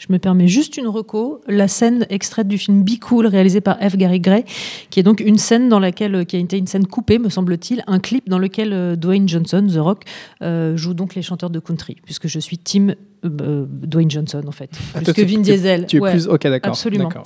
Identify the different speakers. Speaker 1: Je me permets juste une reco, la scène extraite du film Be Cool réalisé par F. Gary Gray, qui est donc une scène dans laquelle, euh, qui a été une scène coupée, me semble-t-il, un clip dans lequel euh, Dwayne Johnson, The Rock, euh, joue donc les chanteurs de country, puisque je suis team euh, Dwayne Johnson en fait,
Speaker 2: Ah,
Speaker 1: plus
Speaker 2: toi,
Speaker 1: que
Speaker 2: tu-
Speaker 1: Vin
Speaker 2: tu-
Speaker 1: Diesel.
Speaker 2: Tu es
Speaker 1: Ouais.
Speaker 2: plus. Ok, d'accord.
Speaker 1: absolument.
Speaker 2: d'accord.